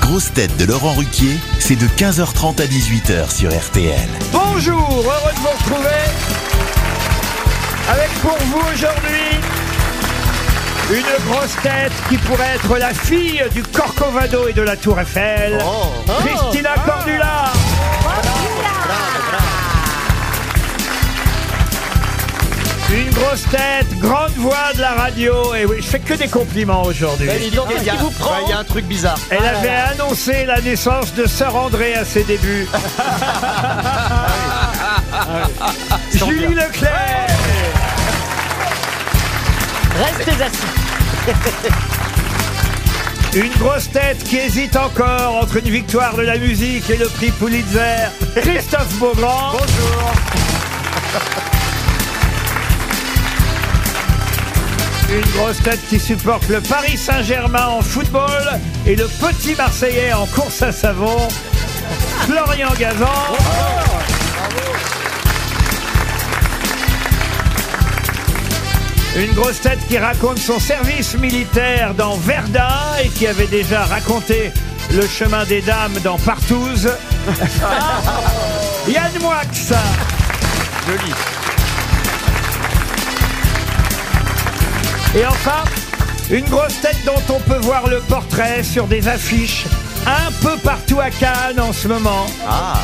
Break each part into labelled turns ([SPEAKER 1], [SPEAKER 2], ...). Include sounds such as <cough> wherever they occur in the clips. [SPEAKER 1] grosses têtes de Laurent Ruquier, c'est de 15h30 à 18h sur RTL.
[SPEAKER 2] Bonjour, heureux de vous retrouver avec pour vous aujourd'hui une grosse tête qui pourrait être la fille du Corcovado et de la Tour Eiffel, Ah. Christina Cordula. Une grosse tête, grande voix de la radio. Et oui, je fais que des compliments aujourd'hui.
[SPEAKER 3] Bah,
[SPEAKER 4] Ben, dis donc, Il y, a- ben,
[SPEAKER 3] hein
[SPEAKER 4] il y a un truc bizarre.
[SPEAKER 2] Elle avait annoncé la naissance de Sœur André à ses débuts. Ah Julie Leclerc
[SPEAKER 3] Restez assis.
[SPEAKER 2] Une grosse tête qui hésite encore entre une victoire de la musique et le prix Pulitzer, Christophe Beaugrand. Bonjour. Une grosse tête qui supporte le Paris Saint-Germain en football et le petit Marseillais en course à savon, Florian Gazan. Une grosse tête qui raconte son service militaire dans Verdun et qui avait déjà raconté le chemin des dames dans Partouze. Yann Moix
[SPEAKER 4] Joli.
[SPEAKER 2] Et enfin, une grosse tête dont on peut voir le portrait sur des affiches un peu partout à Cannes en ce moment.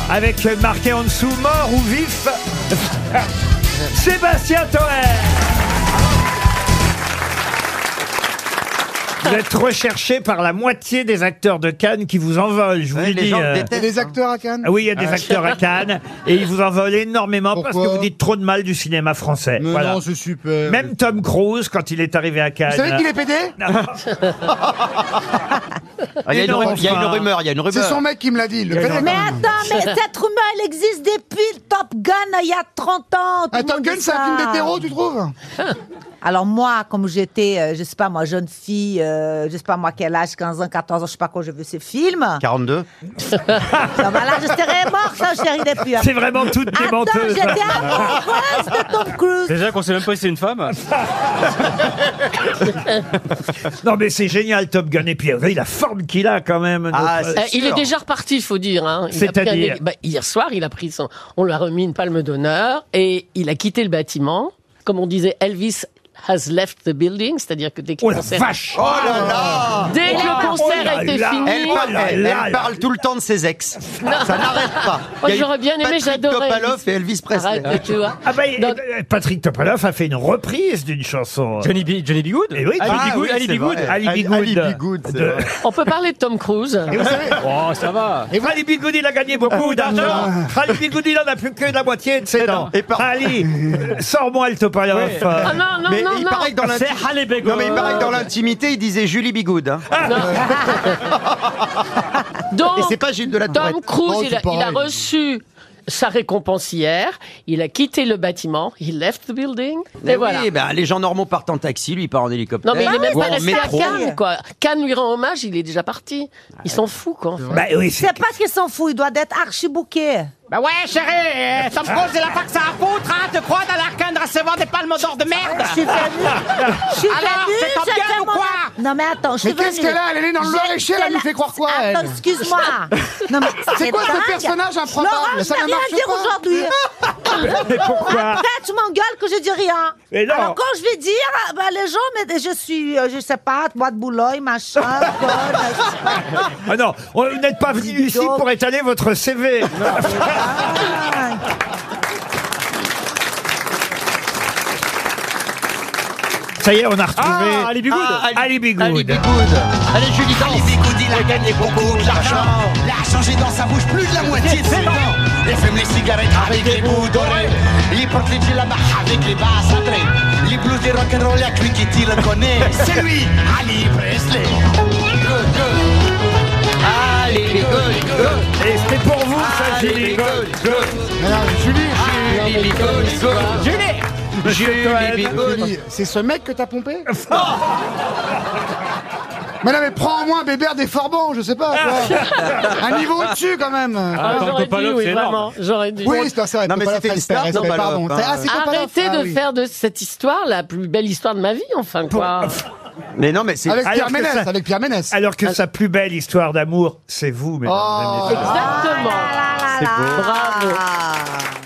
[SPEAKER 2] Avec marqué en dessous mort ou vif. <laughs> Sébastien Toer. Vous êtes recherché par la moitié des acteurs de Cannes qui vous envolent, je vous
[SPEAKER 4] Ouais,
[SPEAKER 2] l'ai
[SPEAKER 4] les
[SPEAKER 2] dit,
[SPEAKER 4] gens
[SPEAKER 2] euh,
[SPEAKER 4] détestent.
[SPEAKER 5] Les acteurs à Cannes
[SPEAKER 2] ah Oui, il y a des acteurs à Cannes et ils vous en veulent énormément parce que
[SPEAKER 5] Pourquoi
[SPEAKER 2] vous dites trop de mal du cinéma français.
[SPEAKER 5] Mais
[SPEAKER 2] Voilà.
[SPEAKER 5] non, c'est super.
[SPEAKER 2] Même Ah, Tom Cruise, quand il est arrivé à Cannes.
[SPEAKER 5] Vous savez qu'il est pédé
[SPEAKER 4] Ah, Il y a une
[SPEAKER 2] Énorme,
[SPEAKER 4] rumeur, il y a une
[SPEAKER 2] enfin.
[SPEAKER 4] rumeur. Il y a une
[SPEAKER 5] C'est
[SPEAKER 2] bah.
[SPEAKER 4] rumeur.
[SPEAKER 5] son mec qui me l'a dit.
[SPEAKER 2] Il
[SPEAKER 5] Le
[SPEAKER 2] y a
[SPEAKER 5] pédé.
[SPEAKER 2] une-
[SPEAKER 6] Mais attends, mais cette rumeur, elle existe depuis le Top Gun il y a 30 ans. tout le
[SPEAKER 5] Attends,
[SPEAKER 6] monde
[SPEAKER 5] Ah, Gun,
[SPEAKER 6] dit
[SPEAKER 5] c'est un
[SPEAKER 6] ça.
[SPEAKER 5] film d'hétéro, tu trouves
[SPEAKER 6] Alors moi, comme j'étais, euh, je sais pas moi, jeune fille, euh, je sais pas moi quel âge, 15 ans, 14 ans, je sais pas quand j'ai vu ces films.
[SPEAKER 4] 42.
[SPEAKER 6] Ah, voilà, je serais morte, ça, je serais depuis.
[SPEAKER 2] C'est vraiment toute
[SPEAKER 6] hein. Attends,
[SPEAKER 2] démenteuse.
[SPEAKER 6] j'étais amoureuse de Tom
[SPEAKER 5] <laughs>
[SPEAKER 6] Cruise.
[SPEAKER 7] Déjà qu'on sait même pas si c'est une
[SPEAKER 4] Ah,
[SPEAKER 7] femme.
[SPEAKER 2] Non, mais c'est génial, Top Gun. Et puis, vous voyez la forme qu'il a quand même. notre-
[SPEAKER 4] Ah, c'est-
[SPEAKER 3] Euh, il est
[SPEAKER 4] sûr.
[SPEAKER 3] déjà reparti, il faut dire. hein. Il a pris un
[SPEAKER 2] C'est-à-dire
[SPEAKER 3] délai- bah, Hier soir, il a pris son. On lui a remis une palme d'honneur et il a quitté le bâtiment. Comme on disait, Elvis has left the building, c'est-à-dire que dès que
[SPEAKER 2] Oh
[SPEAKER 3] le
[SPEAKER 2] la
[SPEAKER 3] concert,
[SPEAKER 2] vache
[SPEAKER 4] Oh là là
[SPEAKER 3] dès que
[SPEAKER 2] Oh
[SPEAKER 3] le
[SPEAKER 2] là
[SPEAKER 3] concert
[SPEAKER 2] là
[SPEAKER 3] était
[SPEAKER 2] là.
[SPEAKER 3] fini,
[SPEAKER 4] Elle, parle,
[SPEAKER 2] Oh là
[SPEAKER 4] elle,
[SPEAKER 2] là
[SPEAKER 4] elle
[SPEAKER 2] là.
[SPEAKER 4] parle tout le temps de ses ex. Ça n'arrête pas. Il
[SPEAKER 3] Moi,
[SPEAKER 4] y a eu
[SPEAKER 3] Oh, j'aurais bien aimé,
[SPEAKER 4] Patrick
[SPEAKER 3] j'adorais
[SPEAKER 4] Topalov
[SPEAKER 3] Elvis.
[SPEAKER 4] et Elvis Presley.
[SPEAKER 3] arrête, tu vois.
[SPEAKER 2] Ah, bah, et-
[SPEAKER 3] Donc-
[SPEAKER 2] et Patrick Topalov a fait une reprise d'une chanson.
[SPEAKER 7] Johnny, B, Johnny B. Good
[SPEAKER 2] Et oui,
[SPEAKER 7] Ali
[SPEAKER 2] ah
[SPEAKER 7] B. Good,
[SPEAKER 4] oui,
[SPEAKER 7] Ali
[SPEAKER 4] c'est
[SPEAKER 7] B. Good.
[SPEAKER 4] vrai.
[SPEAKER 2] Ali
[SPEAKER 4] Ali-
[SPEAKER 2] Bigood.
[SPEAKER 4] Ali Bigood, c'est vrai.
[SPEAKER 3] On peut parler de Tom Cruise.
[SPEAKER 5] Et vous savez,
[SPEAKER 7] Oh, ça va.
[SPEAKER 2] Et Ali Bigoud, il a gagné beaucoup d'argent. Ali Bigoud, il en a plus que la moitié de ses dents.
[SPEAKER 4] Et par- <laughs>
[SPEAKER 2] Ali, euh, sors-moi le Topalov. Euh,
[SPEAKER 3] Ah non, non,
[SPEAKER 4] Mais
[SPEAKER 3] non,
[SPEAKER 4] il
[SPEAKER 3] non.
[SPEAKER 4] paraît que dans
[SPEAKER 7] Ah, C'est
[SPEAKER 4] l'intimité.
[SPEAKER 7] Halle
[SPEAKER 4] Non mais il paraît que dans l'intimité, il disait Julie Bigoud. hein.
[SPEAKER 3] Ah, Donc,
[SPEAKER 4] Et c'est pas Gilles de la
[SPEAKER 3] Tom Cruise,
[SPEAKER 5] Oh,
[SPEAKER 3] il,
[SPEAKER 5] c'est
[SPEAKER 3] a, il a
[SPEAKER 5] pareil.
[SPEAKER 3] reçu sa récompense hier. Il a quitté le bâtiment. He left the building. Et voilà.
[SPEAKER 4] Oui, ben, les gens normaux partent en taxi, lui il part en hélicoptère.
[SPEAKER 3] Non, mais il est même
[SPEAKER 4] ou
[SPEAKER 3] pas
[SPEAKER 4] en
[SPEAKER 3] resté à
[SPEAKER 4] Eh métro.
[SPEAKER 3] Cannes, quoi. Cannes lui rend hommage, il est déjà parti. Il s'en fout, quoi. en fait.
[SPEAKER 2] Bah oui, c'est
[SPEAKER 6] C'est parce qu'il s'en fout, il doit être archibouqué.
[SPEAKER 8] Bah ouais, chérie, euh, Tom Cruise, il a pas que ça à foutre, hein, te crois, dans l'arcane de recevoir des palmes d'or de merde
[SPEAKER 6] Je suis
[SPEAKER 5] Ah,
[SPEAKER 6] venue. Je suis
[SPEAKER 8] Alors,
[SPEAKER 6] venue,
[SPEAKER 8] c'est Top
[SPEAKER 6] j'ai
[SPEAKER 8] Gun ou
[SPEAKER 6] demandé-
[SPEAKER 8] quoi
[SPEAKER 6] Non mais attends, je suis
[SPEAKER 5] Mais qu'est-ce
[SPEAKER 6] venue.
[SPEAKER 5] qu'elle a Elle est née dans le
[SPEAKER 6] J'ai-
[SPEAKER 5] Loir-et-Cher, elle
[SPEAKER 6] j'ai
[SPEAKER 5] nous
[SPEAKER 6] la-
[SPEAKER 5] fait croire quoi, elle
[SPEAKER 6] Attends, excuse-moi.
[SPEAKER 5] <laughs>
[SPEAKER 6] Non mais
[SPEAKER 5] C'est quoi ce
[SPEAKER 6] dingue.
[SPEAKER 5] personnage improbable
[SPEAKER 6] Laurent, je
[SPEAKER 5] Ça
[SPEAKER 6] n'ai
[SPEAKER 5] ne
[SPEAKER 6] rien
[SPEAKER 5] marche
[SPEAKER 6] à dire
[SPEAKER 5] pas.
[SPEAKER 6] aujourd'hui.
[SPEAKER 2] Mais pourquoi
[SPEAKER 6] Après, tu m'engueules que je dis rien.
[SPEAKER 2] Mais non.
[SPEAKER 6] Alors, quand je vais dire, ah, ben, les gens, mais je suis, euh, je sais pas, bois de boulogne,
[SPEAKER 5] <laughs>
[SPEAKER 6] machin, conne.
[SPEAKER 2] Ah non, on- vous n'êtes pas venu ici pour étaler votre CV. <laughs> Ça y est, on a retrouvé
[SPEAKER 7] Ah, Ali B. Good.
[SPEAKER 2] Ali Bigoud.
[SPEAKER 4] Ali Bigoud. Allez Julie, danse.
[SPEAKER 9] Ali Bigoud, il a gagné beaucoup d'argent. L'a changé dans sa bouche plus de la moitié de ses dents. Il fume les cigarettes avec les bouts dorés. Il porte les djellabas avec les bas cintrés. Les blues des rock'n'roll, y'a que lui qui t'y reconnaît. C'est lui, Ali Presley. Good, good.
[SPEAKER 4] Allez, les gueules, gueules,
[SPEAKER 2] Et c'était pour vous, ça,
[SPEAKER 4] allez,
[SPEAKER 2] Julie
[SPEAKER 4] les
[SPEAKER 2] Bigoud.
[SPEAKER 4] gueules, gueules.
[SPEAKER 5] Alors, Julie, je suis-
[SPEAKER 4] Julie Bigoud, gueules. Julie Bigoud.
[SPEAKER 5] Julie, c'est ce mec que
[SPEAKER 2] <laughs>
[SPEAKER 5] t'as pompé Mais non, mais prends au moins Bébert des Forbans, je sais pas. quoi. Un niveau au-dessus quand même.
[SPEAKER 3] Ah,
[SPEAKER 7] Tom
[SPEAKER 3] j'aurais
[SPEAKER 7] Topalov,
[SPEAKER 3] dû, oui,
[SPEAKER 7] c'est énorme.
[SPEAKER 3] vraiment, j'aurais dû.
[SPEAKER 5] Oui, c'est ça.
[SPEAKER 4] Non, mais c'était une star,
[SPEAKER 5] respect,
[SPEAKER 4] Topalov,
[SPEAKER 5] pardon.
[SPEAKER 4] hein.
[SPEAKER 5] Ah, c'est Topalov,
[SPEAKER 3] Arrêtez
[SPEAKER 5] ah
[SPEAKER 3] de
[SPEAKER 5] oui.
[SPEAKER 3] faire de cette histoire la plus belle histoire de ma vie, enfin, quoi.
[SPEAKER 10] Mais non, mais c'est.
[SPEAKER 5] Avec Pierre
[SPEAKER 2] Alors Ah, que
[SPEAKER 5] Ménès,
[SPEAKER 2] ça-
[SPEAKER 5] avec Pierre Ménès.
[SPEAKER 2] Alors que sa plus belle histoire d'amour, c'est vous, mesdames et messieurs.
[SPEAKER 3] Exactement.
[SPEAKER 6] Ah là là là là.
[SPEAKER 3] Bravo.